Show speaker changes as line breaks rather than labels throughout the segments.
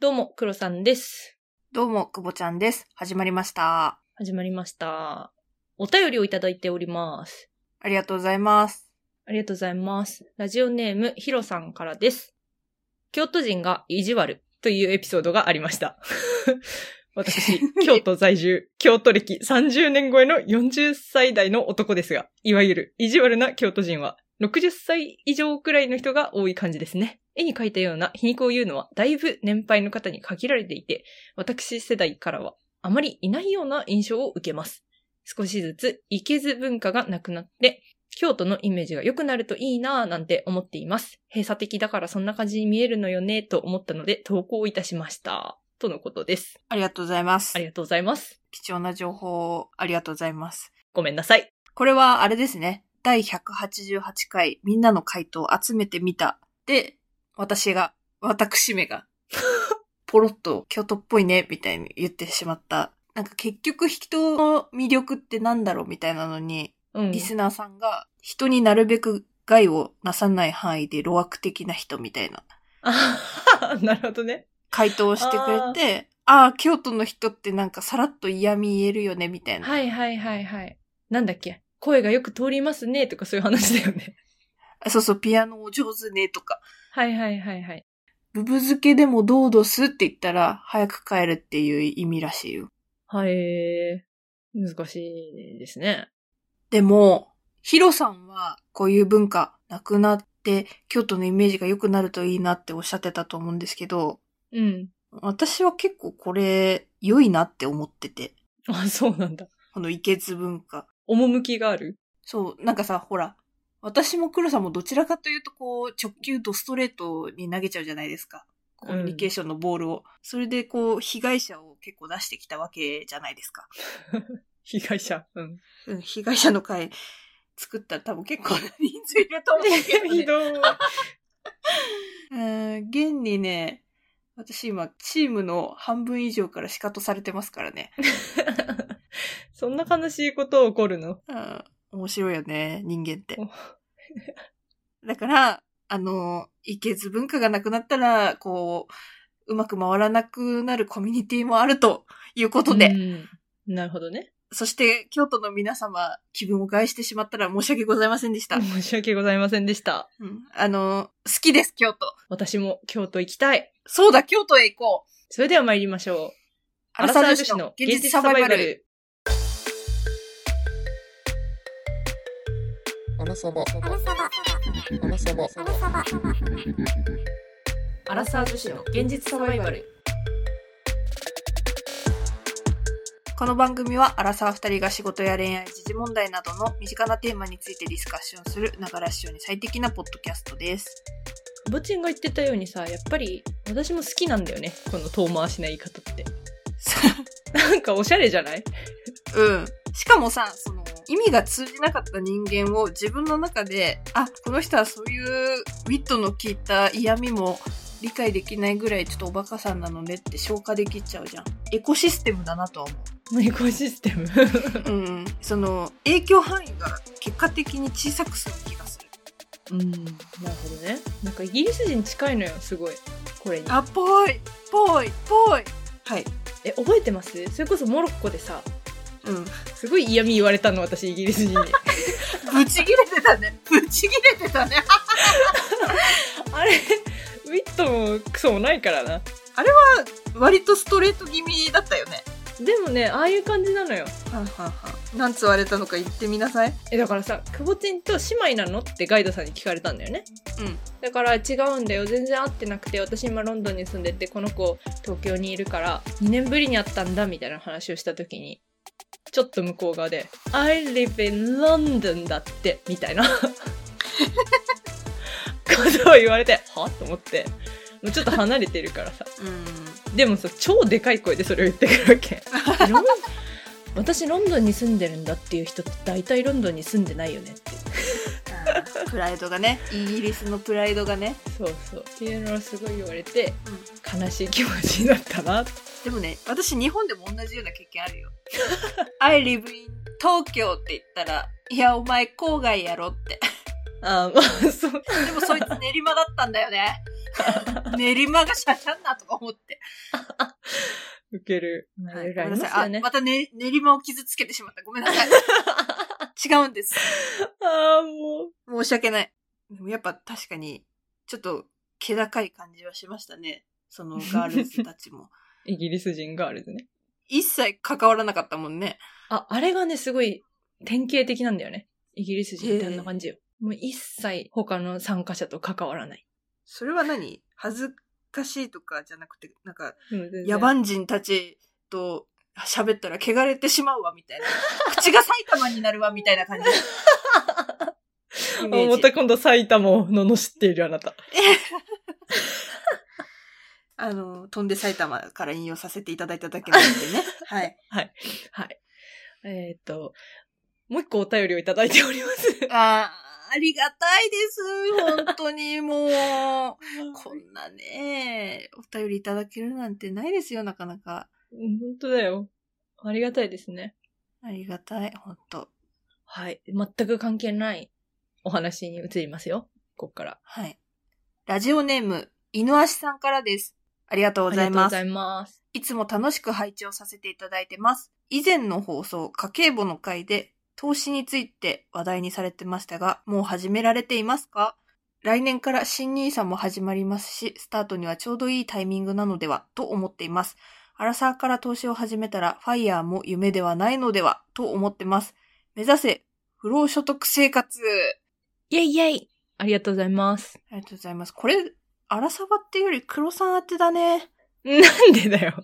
どうも、黒さんです。
どうも、くぼちゃんです。始まりました。
始まりました。お便りをいただいております。
ありがとうございます。
ありがとうございます。ラジオネーム、ヒロさんからです。京都人が意地悪というエピソードがありました。 私、京都在住、京都歴30年超えの40歳代の男ですが、いわゆる意地悪な京都人は、60歳以上くらいの人が多い感じですね。絵に描いたような皮肉を言うのは、だいぶ年配の方に限られていて、私世代からは、あまりいないような印象を受けます。少しずつ、いけず文化がなくなって、京都のイメージが良くなるといいなぁなんて思っています。閉鎖的だからそんな感じに見えるのよねと思ったので投稿いたしました。とのことです。
ありがとうございます
あ。りがとうございます。
貴重な情報、ありがとうございます。
ごめんなさい。
これは、あれですね。第188回、みんなの回答を集めてみた。で、私が、私め が、ポロッと京都っぽいね、みたいに言ってしまった。なんか結局人の魅力ってなんだろうみたいなのに、
うん
リ。スナーさんが人になるべく害をなさない範囲で路悪的な人みたいな
あは はなるほどね。
回答をしてくれて、ああー、京都の人ってなんかさらっと嫌味言えるよね、みたいな。
はいはいはいはい。なんだっけ声がよく通りますねとかそういう話だよね。
あそうそう、ピアノお上手ね、とか。
はいはいはいはい。
ブブ漬けでもどうどすって言ったら、早く帰るっていう意味らしいよ。
はい。難しいですね。
でも、ヒロさんは、こういう文化、なくなって、京都のイメージが良くなるといいなっておっしゃってたと思うんですけど、
うん。
私は結構これ、良いなって思ってて。
あ、そうなんだ。
このいけず文化。
趣がある。
そう、なんかさ、ほら、私も黒さんもどちらかというと、こう、直球ドストレートに投げちゃうじゃないですか。コミュニケーションのボールを。それで、こう、被害者を結構出してきたわけじゃないですか。
被害者。うん。
うん、被害者の会作ったら多分結構な人数いると思うけど、 ね。
ひどい。
うん、現にね、私今、チームの半分以上から仕方されてますからね。
そんな悲しいこと起こるの
うん、面白いよね、人間って
お。
だから、あの、いけず文化がなくなったら、こう、うまく回らなくなるコミュニティもあるということで、
うんなるほどね。
そして京都の皆様、気分を害してしまったら申し訳ございませんでした。
申し訳ございませんでした。
うん、あの、好きです、京都。
私も京都行きたい。
そうだ、京都へ行こう。
それでは参りましょう。
アラサー女子の現実サバイバル。。
アラサバ。アラサバ。アラサバ。アラサバ。
アラサー女子の現実サバイバル。
この番組はアラサー二人が仕事や恋愛、時事問題などの身近なテーマについてディスカッションするながら視聴に最適なポッドキャストです。
ぼっちんが言ってたようにさ、やっぱり私も好きなんだよね。この遠回しな言い方って。なんかおしゃれじゃない
うん。しかもさ、その意味が通じなかった人間を自分の中で、あ、この人はそういうウィットの効いた嫌味も理解できないぐらいちょっとおバカさんなのねって消化できちゃうじゃん。エコシステムだなとは思う。
エコシステム。
うん。その影響範囲が結果的に小さくする気がする。
うん、なるほどね。なんかイギリス人近いのよ、すごい。これに。
あ、ぽいぽいぽいはい。
え、覚えてますそれこそモロッコでさ、
うん。
すごい嫌味言われたの、私、イギリス人に。
ぶち切れてたね。 ぶち切れてたね。
あれ、ウィットもクソもないからな。
割とストレート気味だったよね。
でもね、ああいう感じなのよ。
はんはんはん。なんつわれたのか言ってみなさい。
え、だからさ、くぼちんと姉妹なのってガイドさんに聞かれたんだよね。
うん。
だから違うんだよ。全然会ってなくて、私今ロンドンに住んでて、この子東京にいるから、2年ぶりに会ったんだ、みたいな話をした時に、ちょっと向こう側で、I live in London だって、みたいな。 ことを言われて、はと思って。もうちょっと離れてるからさ。
うん。
でもさ超でかい声でそれを言ってくるわけロン私ロンドンに住んでるんだっていう人って大体ロンドンに住んでないよねって
プライドがね。イギリスのプライドがね。
そうそうっていうのをすごい言われて
うん。
悲しい気持ちになったな
でもね、私日本でも同じような経験あるよ。I live in 東京って言ったら、いやお前郊外やろって。
あーまあそう
でもそいつ練馬だったんだよね。練馬がシャシャンなとか思って。
受ける。
は
はい
い、
ろ
ご
いろあり
めんな
ます
さ
よ
い。
ね
あ、。また、ね、練馬を傷つけてしまった。ごめんなさ い。違うんです。
ああ、も
申し訳ない。でもやっぱ確かに、ちょっと、気高い感じはしましたね。そのガールズたちも。
う、イギリス人ガールズね。
一切関わらなかったもんね。
あ、あれがね、すごい典型的なんだよね。イギリス人ってあんな感じよ。もう一切他の参加者と関わらない。
それは何恥ずかしいとかじゃなくて、なんか、野
やば
蛮人たちと喋ったら汚れてしまうわ、みたいな。口が埼玉になるわ、みたいな感じ。イメー
ま
ジ
た今度埼玉を罵っているあなた。
あの、飛んで埼玉から引用させていただいただけ なんでね。はい。
はい。えっ、と、もう一個お便りをいただいております。
あーありがたいです。本当にもう、こんなね、お便りいただけるなんてないですよ、なかなか。
うん本当だよ。ありがたいですね。
ありがたい、本当
はい。全く関係ないお話に移りますよ。ここから。
はい。ラジオネーム、犬足さんからです。ありがとう
あ
ご
り
ざ
が
い
とうご
ます
ざ。います。
いつも楽しく拝聴させていただいてます。以前の放送、家計簿の回で、投資について話題にされてましたが、もう始められていますか来年から新ニーサも始まりますし、スタートにはちょうどいいタイミングなのでは、と思っています。アラサーから投資を始めたら、ファイヤーも夢ではないのでは、と思ってます。目指せ、不労所得生活
イェイイェイありがとうございます。
ありがとうございます。これ、アラサバっていうより黒さん宛てだね。
なんでだよ。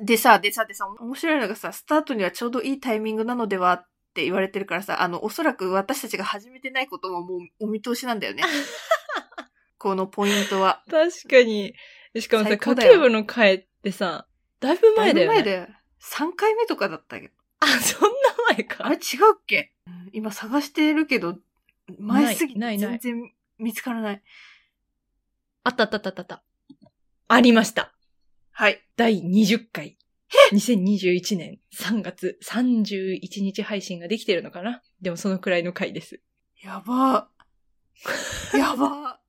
でさ、でさ、でさ、面白いのがさ、スタートにはちょうどいいタイミングなのではって言われてるからさ、あの、おそらく私たちが始めてないことももうお見通しなん だよね。このポイントは。
確かに。しかもさ、家
最高だよ
計簿の会ってさ、だいぶ前だよ、ね。
だいぶ前だよ。3回目とかだったけど。
あ、そんな前か。
あれ違うっけうん今探してるけど、前すぎて
ないないな
全
い
然見つからない。
あったあったあったあったあった。ありました。
はい。
第20回。2021年3月31日配信ができてるのかなでもそのくらいの回です。
やば。やば。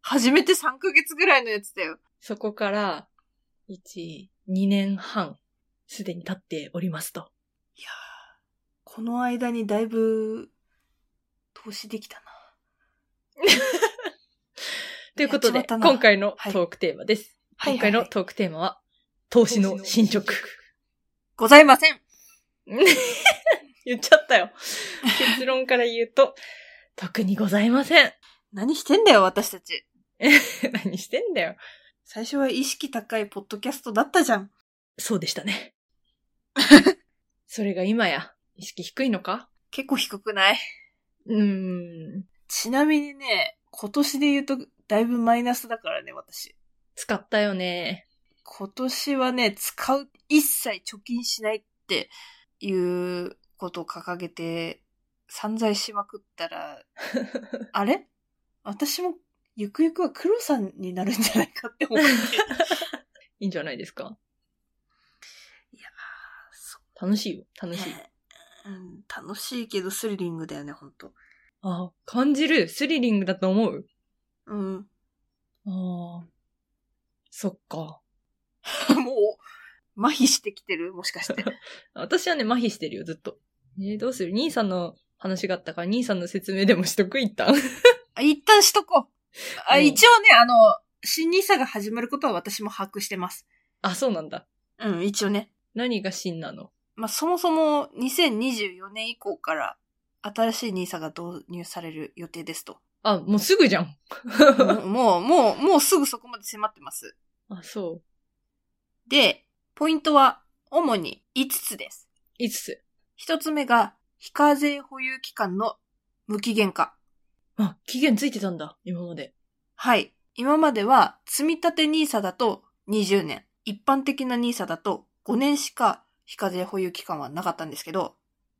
初めて3ヶ月ぐらいのやつだよ。
そこから、1、2年半、すでに経っておりますと。
いやーこの間にだいぶ、投資できたな。
ということ
やっ
で、
ちまったな
今回の
はい
トークテーマです。
はいはい
今回のトークテーマは、投資の進捗。
ございません。
言っちゃった よ。結論から言うと、特にございません。
何してんだよ、私たち。
何してんだよ。
最初は意識高いポッドキャストだったじゃん。
そうでした ね。それが今や、意識低いのか
結構低くないう
ーん。
ちなみにね、今年で言うと、だいぶマイナスだからね、私。
使ったよね。
今年はね、使う、一切貯金しないっていうことを掲げて、散財しまくった ら、あれ私も、ゆくゆくは黒さんになるんじゃないかって思っ て。
いいんじゃないですか
いやー、そ
楽しいよ。
う
楽しい。
ね。うん、楽しいけどスリリングだよね、ほんと。
あ、感じる。スリリングだと思う。
うん。
ああ。そっか。
もう、麻痺してきてるもしかして。
私はね、麻痺してるよ、ずっと。えーどうする兄さんの話があったから、兄さんの説明でもしとく、一旦。
あ一旦しとこう。あ、
うん
一応ね、あの、新ニーサが始まることは私も把握してます。
あ、そうなんだ。
うん、一応ね。
何が真なの
まあ、そもそも2024年以降から新しいニーサが導入される予定ですと。
あ、もうすぐじゃん。
もう、もう、もう、もうすぐそこまで迫ってます。
あ、そ
で、ポイントは主に5つです。
う。5つ。
1つ目が非課税保有期間の無期限化。
あ、期限ついてたんだ、今まで。
はい。今までは、積立 NISA だと20年、一般的な NISA だと5年しか非課税保有期間はなかったんですけど、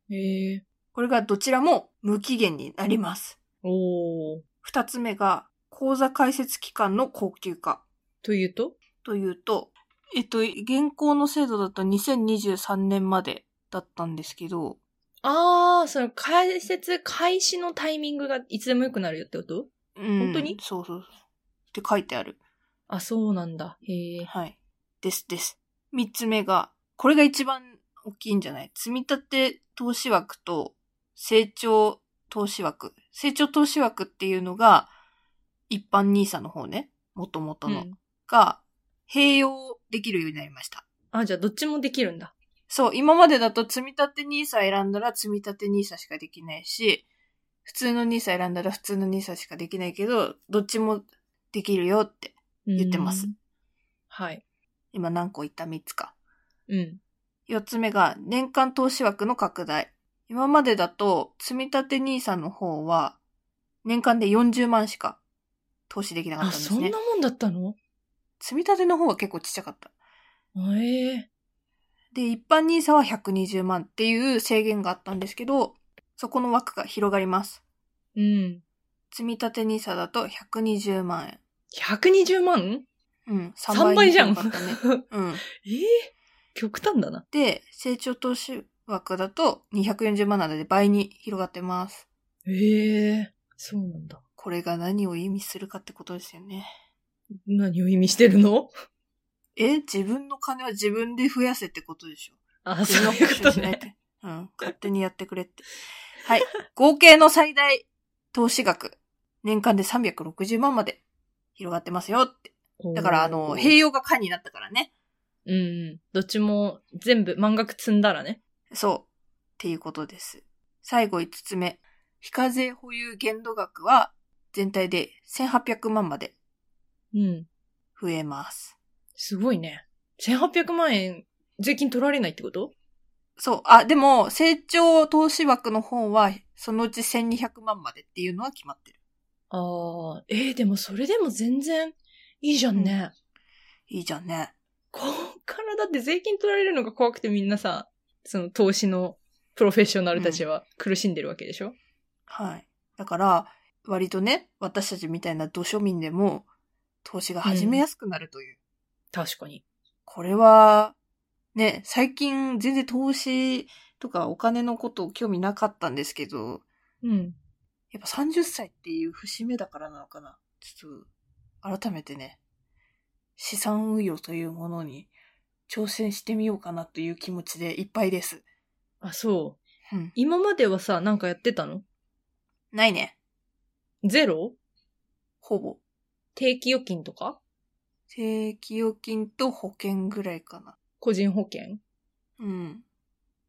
へえ。
これがどちらも無期限になります。
おー。
二つ目が、口座開設期間の恒久化
というと
というと、えっと、現行の制度だと2023年までだったんですけど、
あー、その解説開始のタイミングがいつでも良くなるよってこと
うん
本当に
そうそうそう。って書いてある。
あ、そうなんだ。へえ。
はい。ですです。三つ目が、これが一番大きいんじゃない積み立て投資枠と成長投資枠。成長投資枠っていうのが、一般 NISA の方ね、もともとの、
うん
が、併用できるようになりました。
あ、じゃあどっちもできるんだ。
そう、今までだと積み立て NISA 選んだら積み立て NISA しかできないし、普通の NISA 選んだら普通の NISA しかできないけど、どっちもできるよって。
うん
言ってます。
はい。
今何個言った三つか。
うん。
四つ目が年間投資枠の拡大。今までだと積み立て NISA の方は年間で40万しか投資できなかった
あ、
んで
そ
す
んな
ね。
もんだったの
積み立ての方は結構ちっちゃかった。
ええ
で、一般 NISA は120万っていう制限があったんですけど、そこの枠が広がります。
うん。
積み立て NISA だと120万円。
120万
うん、
三倍じゃん
に広がったねうん。
ええ極端だな。
で、成長投資枠だと240万なので倍に広がってます。
ええそうなんだ。
これが何を意味するかってことですよね。
何を意味してるの
え自分の金は自分で増やせってことでしょ。
あ、
自
そ
分の
ういう
保
こ
証
と
しないっ
ね。
て。うん。勝手にやってくれって。はい。合計の最大投資額、年間で360万まで広がってますよって。だから、あの、
へ
併用が可になったからね。
うんうん。どっちも全部満額積んだらね。
そう。っていうことです。最後5つ目。非課税保有限度額は全体で1800万まで
うん。
増えます。
すごいね。1800万円税金取られないってこと
そう。あ、でも、成長投資枠の方は、そのうち1200万までっていうのは決まってる。
ああ、えー、でもそれでも全然いいじゃんね。
いいじゃんね。
こっからだって税金取られるのが怖くてみんなさ、その投資のプロフェッショナルたちは苦しんでるわけでしょ、
はい。だから、割とね、私たちみたいな土庶民でも、投資が始めやすくなるという。
確かに。
これは、ね、最近全然投資とかお金のこと興味なかったんですけど、
うん。
やっぱ30歳っていう節目だからなのかな。ちょっと、改めてね、資産運用というものに挑戦してみようかなという気持ちでいっぱいです。
あ、そう。
うん。
今まではさ、なんかやってたの
ないね。
ゼロ
ほぼ。
定期預金とか
定期預金と保険ぐらいかな。
個人保険
うん。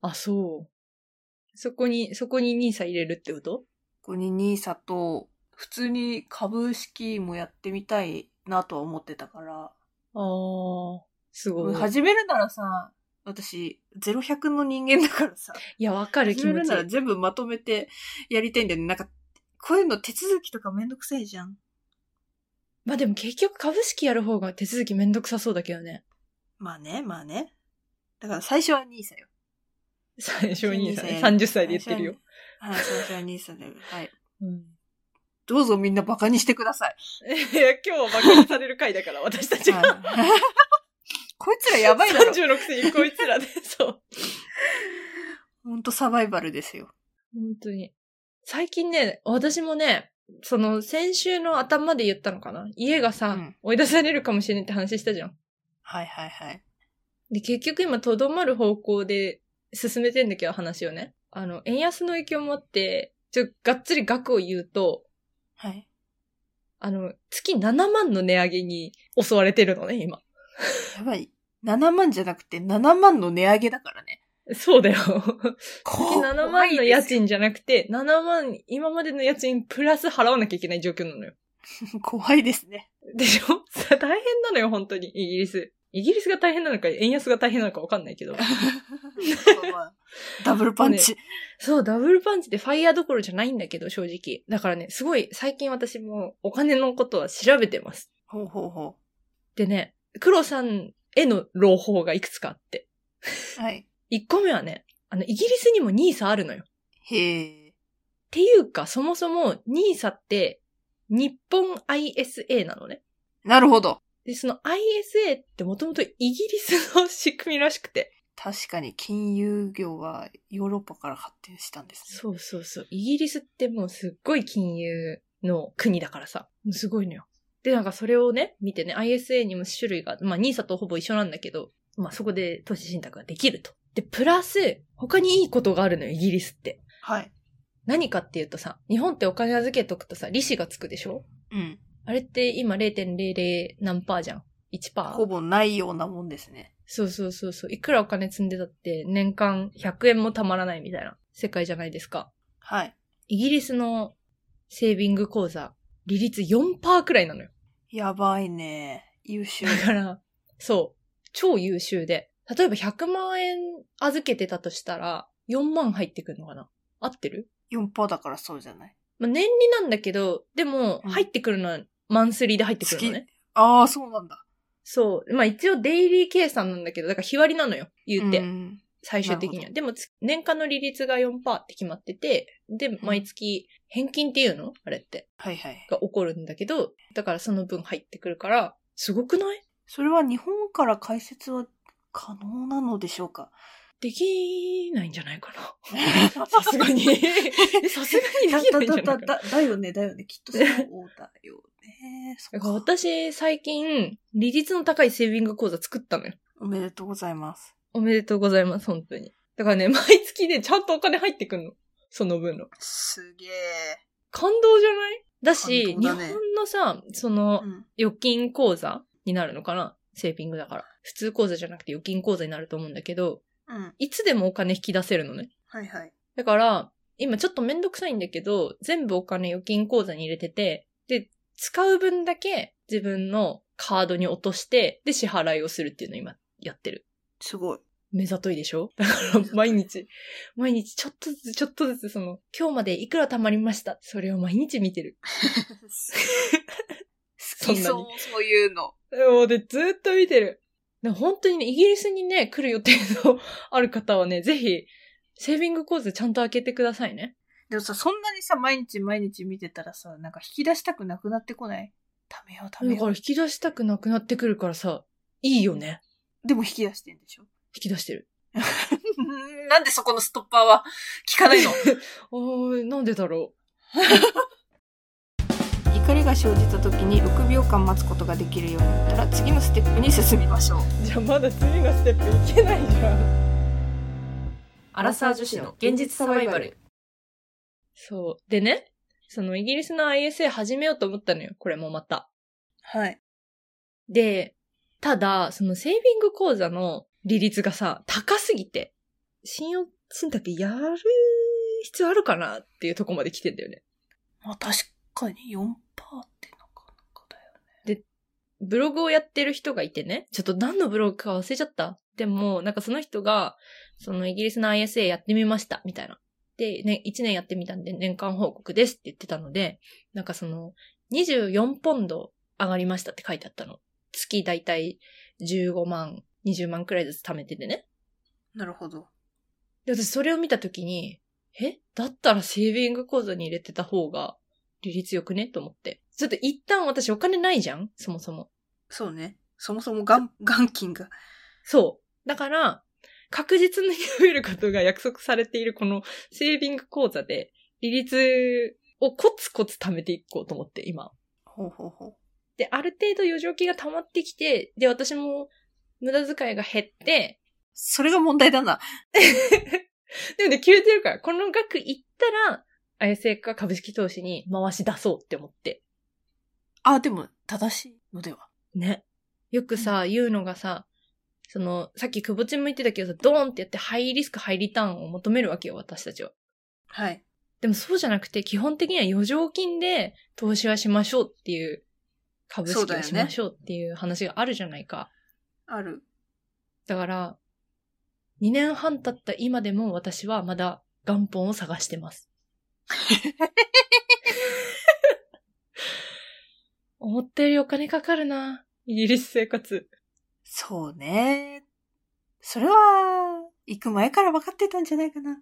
あ、そう。そこに、そこに NISA 入れるってこと
ここに NISA と、普通に株式もやってみたいなとは思ってたから。
ああ、すごい。
始めるならさ、私、0100の人間だからさ。
いや、わかる
始
気
め
持
る
ち
な。ら全部まとめてやりたいんだよね。なんか、こういうの手続きとかめんどくさいじゃん。
まあでも結局株式やる方が手続きめんどくさそうだけどね。
まあね、まあね。だから最初は NISA よ。
最初にさ、
NISA
30歳で言ってるよ。
はい、最初は NISA で。はい。
うん
どうぞみんなバカにしてください。
いや、今日はバカにされる回だから、私たちが。
はいこいつらやばいだろ。
36歳にこいつらで、そう。
ほんとサバイバルですよ。
本当に。最近ね、私もね、その、先週の頭で言ったのかな家がさ、
うん
追い出されるかもしれないって話したじゃん。
はいはいはい。
で、結局今、とどまる方向で進めてんだけど、話をね。あの、円安の影響もあって、ちょ、がっつり額を言うと、
はい。
あの、月7万の値上げに襲われてるのね、今。
やばい。7万じゃなくて7万の値上げだからね。
そう だよ。
こ
7万の家
怖い
賃じゃなくて、7万、今までの家賃プラス払わなきゃいけない状況なのよ。
ですよ。怖いです ね。
でしょさ大変なのよ、本当に、イギリス。イギリスが大変なのか、円安が大変なのかわかんないけど。
ダブルパンチ。
そう、ダブルパンチでファイヤーどころじゃないんだけど、正直。だからね、すごい、最近私もお金のことは調べてます。
ほうほうほ
でね、黒さんへの朗報がいくつかあって。
う。はい。
1個目はね、あの、イギリスにも NISA あるのよ。
へえ。
っていうか、そもそも NISA って、日本 ISA なのね。
なるほど。
で、その ISA ってもともとイギリスの仕組みらしくて。
確かに金融業はヨーロッパから発展したんですね。
そうそうそう。イギリスってもうすっごい金融の国だからさ。もうすごいのよ。で、なんかそれをね、見てね、ISA にも種類が、まあ NISA とほぼ一緒なんだけど、まあそこで投資信託ができると。で、プラス、他にいいことがあるのよ、イギリスって。
はい。
何かっていうとさ、日本ってお金預けとくとさ、利子がつくでしょ
うん。
あれって今0.00何パーじゃん ?1 パー
ほぼないようなもんですね。
そうそうそうそう。いくらお金積んでたって年間100円もたまらないみたいな世界じゃないですか。
はい。
イギリスのセービング口座、利率4%くらいなのよ。
やばいね。優秀
だ。から、そう。超優秀で。例えば100万円預けてたとしたら、4万入ってくるのかな合ってる
4%だからそうじゃない。
まあ、年利なんだけど、でも、
うん
入ってくるのはマンスリーで入ってくるのね。
ああ、そうなんだ。
そう。まあ一応デイリー計算なんだけど、だから日割りなのよ。言うて。
うん
最終的に
なる
は。でもつ、年間の利率が4%って決まってて、で、毎月、返金っていうのあれって。
はいはい。
が起こるんだけど、だからその分入ってくるから、すごくない
それは日本から解説は可能なのでしょうか
できないんじゃないか な。さすがに。えさすがにできないんじゃないかな。
だだよね、だよね。きっとそうだよね。そ
だ
っ
から
か
私、最近、利率の高いセービング口座作ったのよ。
おめでとうございます。
おめでとうございます、本当に。だからね、毎月ね、ちゃんとお金入ってくんの。その分の。
すげえ。
感動じゃないだし、
感
日
動だ
本
ね
のさ、その
う、ん。
預金口座になるのかなセービングだから。普通口座じゃなくて預金口座になると思うんだけど、
うん。
いつでもお金引き出せるのね。
はいはい。
だから、今ちょっとめんどくさいんだけど、全部お金預金口座に入れてて、で、使う分だけ自分のカードに落として、で、支払いをするっていうのを今やってる。
すごい。
目ざといでしょだから毎日、毎日ちょっとずつちょっとずつその、今日までいくら貯まりました。それを毎日見てる。
好き そう、そういうの。
もうで、ずーっと見てる。でも本当にね、イギリスにね、来る予定のある方はね、ぜひ、セービング口座ちゃんと開けてくださいね。
でもさ、そんなにさ、毎日毎日見てたらさ、なんか引き出したくなくなってこないためよう、ため
だか
よ
ら
う
引。き出したくなくなってくるからさ、いいよね。
でも引き出してんでしょ
引き出してる。
なんでそこのストッパーは効かないの
あー、なんでだろ
怒りが生じた時に6秒間待つことができるようになったら次のステップに進みましょう。
う。じゃあまだ次のステップいけないじゃん。
アラサー女子の現実サバイバル。
そう。でね、そのイギリスの ISA 始めようと思ったのよ。これもまた。
はい。
で、ただ、そのセービング口座の利率がさ、高すぎて、信用信託やる必要あるかなっていうとこまで来てんだよね。
まあ確かに4%ってなかなかだよね。
ブログをやってる人がいてね、ちょっと何のブログか忘れちゃった。でも、なんかその人が、そのイギリスの ISA やってみました、みたいな。で、ね、1年やってみたんで年間報告ですって言ってたので、なんかその、24ポンド上がりましたって書いてあったの。月だいたい15万、20万くらいずつ貯めててね。
なるほど。
で、私それを見たときに、えだったらセービング口座に入れてた方が利率よくねと思って。ちょっと一旦私お金ないじゃんそもそも。
そうね。そもそもがん、元金が。
そう。だから、確実に増えることが約束されているこのセービング口座で、利率をコツコツ貯めていこうと思って、今。
ほうほうほう。
で、ある程度余剰金が溜まってきて、で、私も無駄遣いが減って、
それが問題だな。
でもね、決めてるから、この額いったら、ISA か株式投資に回し出そうって思って。
あ、でも、正しいのでは。
ね。よくさ、言うのがさ、その、さっきくぼちんも言ってたけどさ、ドーンってやってハイリスク、ハイリターンを求めるわけよ、私たちは。
はい。
でもそうじゃなくて、基本的には余剰金で投資はしましょうっていう、株
そう
式
だよ
は
ね
しましょうっていう話があるじゃないか。
ある。
だから、2年半経った今でも私はまだ元本を探して ます。思ったよりお金かかるな。イギリス生活。
そうね。それは、行く前から分かってたんじゃないかな。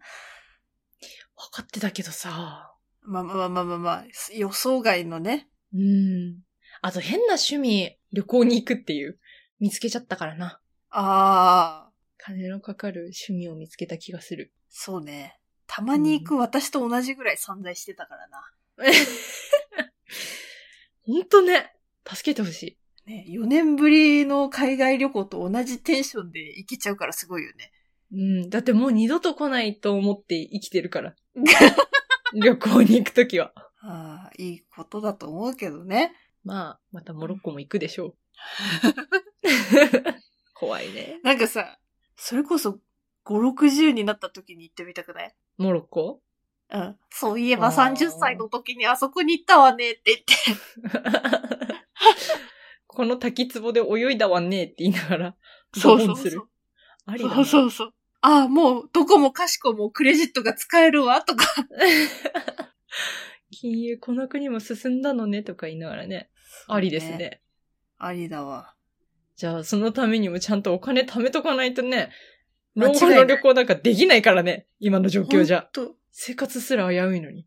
分かってたけどさ。
まあまあまあまあまあ、予想外のね。
うん。あと変な趣味、旅行に行くっていう、見つけちゃったからな。
ああ、
金のかかる趣味を見つけた気がする。
そうね。たまに行く私と同じぐらい散財してたからな。
ほんとね。助けてほしい。
ね、4年ぶりの海外旅行と同じテンションで行けちゃうからすごいよね。
うん。だってもう二度と来ないと思って生きてる から。旅行に行くときは。
ああ、いいことだと思うけどね。
まあ、またモロッコも行くでしょう。怖いね。
なんかさ、それこそ5、60になった時に行ってみたくない
モロッ コ
うん。そういえば
あー
30歳の時にあそこに行ったわねって言って。
この滝壺で泳いだわねって言いながら、
そう
ド
そ
ボ
う
ンする
そう。
ありだな
そうそうそう。ああ、もう、どこもかしこもクレジットが使えるわ、とか。
金融、この国も進んだのねとか言いながらね。ありです。ね。
ありだわ。
じゃあ、そのためにもちゃんとお金貯めとかないとね、
間
老
違いない
後の旅行なんかできないからね、今の状況じゃ。
ほんと
生活すら危ういのに。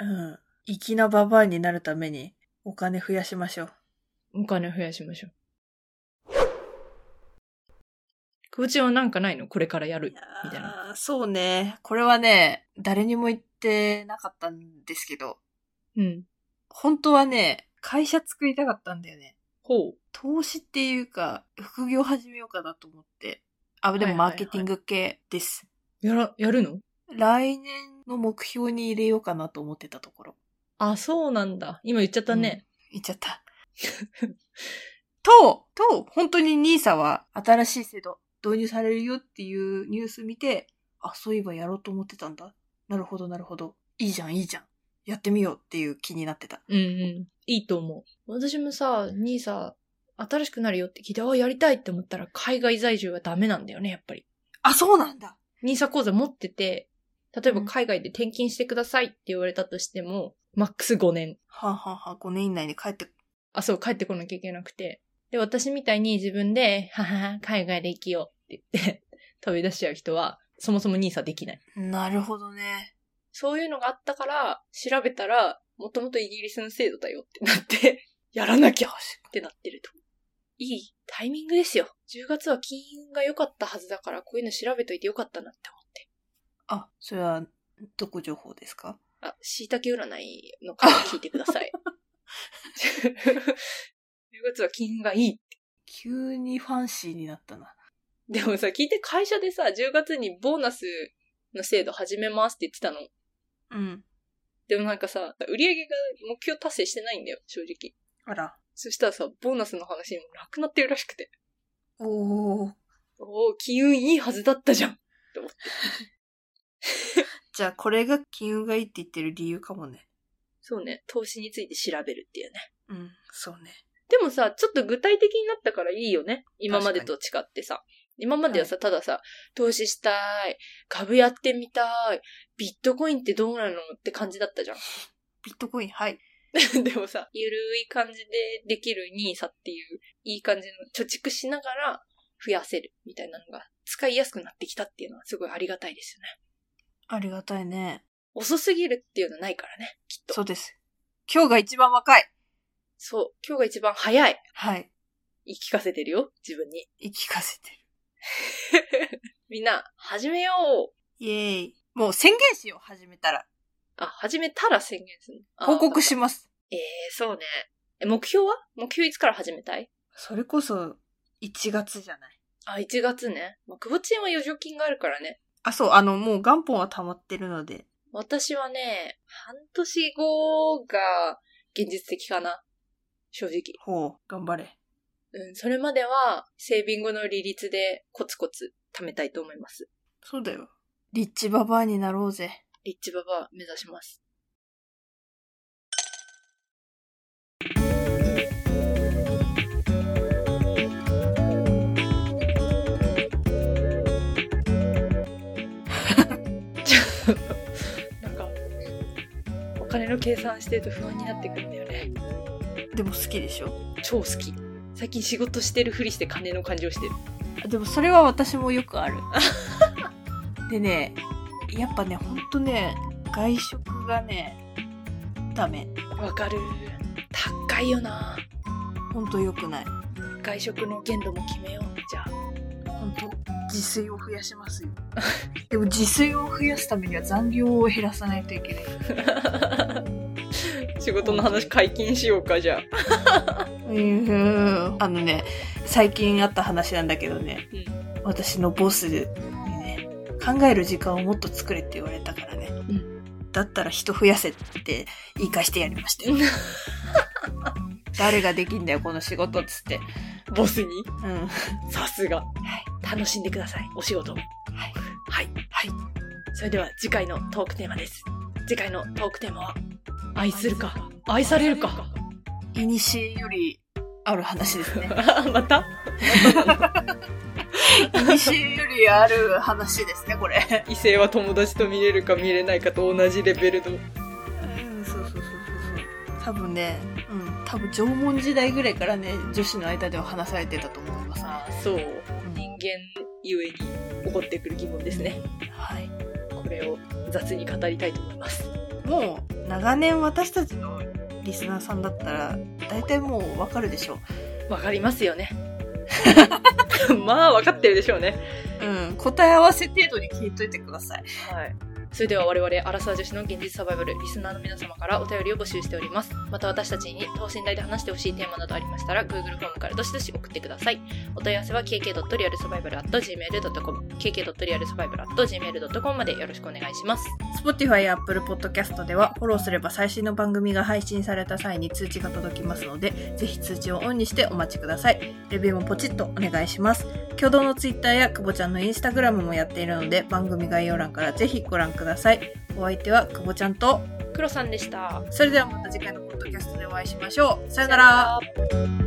うん。粋なババアになるために、お金増やしましょう。
お金増やしましょう。くぼちんはなんかないのこれからやる。みたいな。
あーそうね。これはね、誰にも言ってなかったんですけど、
うん。
本当はね、会社作りたかったんだよね。
ほう。
投資っていうか、副業始めようかなと思って。あ、で
はい
も
はいは
マ
い
ーケティング系です。
やら、やるの
来年の目標に入れようかなと思ってたところ。
あ、そうなんだ。今言っちゃったね。
言っちゃった。と、と、本当に NISA は新しい制度導入されるよっていうニュース見て、あ、そういえばやろうと思ってたんだ。なるほど、なるほど。いいじゃん、いいじゃん。やってみようっていう気になってた。
うんうん。いいと思う。私もさ、兄さ、新しくなるよって聞いて、あ、やりたいって思ったら、海外在住はダメなんだよね、やっぱり。
あ、そうなんだ。
ニーサ口座持ってて、例えば
うん
海外で転勤してくださいって言われたとしても、マックス5年。
はあ、はあはあ、5年以内に帰って、
あ、そう、帰ってこなきゃいけなくて。で、私みたいに自分で、ははは、海外で生きようって言って、 飛び出しちゃう人は、そもそもニーサできない。
なるほどね。
そういうのがあったから、調べたら、もともとイギリスの制度だよってなって、 やらなきゃっ
よして
なってると。いいタイミングですよ。10月は金運が良かったはずだから、こういうの調べといて良かったなって思って。
あ、それは、どこ情報ですか
あ、椎茸占いの回を聞いてください。10月は金運がいい。
急にファンシーになったな。
でもさ、聞いて会社でさ、10月にボーナスの制度始めますって言ってたの。
うん。
でもなんかさ、売り上げが目標達成してないんだよ、正直。
あら。
そしたらさ、ボーナスの話にもなくなってるらしくて。
おー。
おー、金運いいはずだったじゃん。
じゃあ、これが金運がいいって言ってる理由かもね。
そうね、投資について調べるっていうね。
うん、そうね。
でもさ、ちょっと具体的になったからいいよね。今までと違ってさ。今まではさ、たださ、投資したい、株やってみたい、ビットコインってどうなのって感じだったじゃ
ビットコイン、はい。
ん。 でもさ、ゆるい感じでできる NISA っていう、いい感じの貯蓄しながら増やせるみたいなのが、使いやすくなってきたっていうのはすごいありがたいですよね。
ありがたいね。
遅すぎるっていうのはないからね。
そうです。今日が一番若い。
そう、今日が一番早い。
はい。
言い聞かせてるよ、自分に。
言い聞かせてる。
みんな、始めよう
イエーイ。もう宣言しよう、始めたら。
あ、始めたら宣言するの。
報告
し
します。
ええそうね。え目標は目標いつから始めたい
それこそ、1月じゃない。
あ、1月ね。まあ、くぼちんは余剰金があるからね。
あ、そう、あの、もう元本は溜まってるので。
私はね、半年後が現実的かな。正直。
ほう、頑張れ。
うん、それまでは、セービングの利率でコツコツ貯めたいと思います。
そうだよ。リッチババアになろうぜ。
リッチババア目指します。ちょっと なんかお金の計算してると不安になってくるんだよね
でも好きでしょ
超好き最近仕事してるふりして金の感じをしてる
あでもそれは私もよくある。 でね、やっぱね、ほんとね、外食がね、ダメ。
わかる高いよな
ほんと良くない。
外食の限度も決めようじゃあ
ほんと、自炊を増やしますよ。でも自炊を増やすためには残量を減らさないといけない。
仕事の話解禁しようかじゃあ
うあのね、最近あった話なんだけどね、私のボスにね、考える時間をもっと作れって言われたからね。
う
だったら人増やせって言い返してやりましたよ。誰ができんだよ、この仕事っつって。
ボスに
うん。
さすが。
はい。
楽しんでください。お仕事を。
はい。
はい。
はい。
それでは次回のトークテーマです。次回のトークテーマは、愛するか、愛されるか。
いにしえよりある話です ね。
また
いにしえよりある話ですね、これ。
異性は友達と見れるか見れないかと同じレベルの。
うんそうそうそうそうそう多分ね、うん、多分縄文時代ぐらいからね女子の間では話されてたと思いますね、
ああ、そう。人間ゆえに起こってくる疑問ですね。
はい、
これを雑に語りたいと思います。
もう長年私たちのリスナーさんだったら大体もうわかるでしょ
わかります よね。まあ、わかってるでしょうね。
う、うん、答え合わせ程度に聞いといてください
はい。それでは我々、アラサー女子の現実サバイバル、リスナーの皆様からお便りを募集しております。また私たちに等身大で話してほしいテーマなどありましたら、Google フォームからどしどし送ってください。お問い合わせは kk.realsurvival.gmail.com、kk.realsurvival.gmail.com までよろしくお願いします。
Spotify や Apple Podcast ではフォローすれば最新の番組が配信された際に通知が届きますので、ぜひ通知をオンにしてお待ちください。レビューもポチッとお願いします。共同の Twitter や久保ちゃんの Instagram もやっているので、番組概要欄からぜひご覧ください。お相手は久保ちゃんと、
黒さんでした。
それではまた次回のポッドキャストでお会いしましょう。さよなら。
さよなら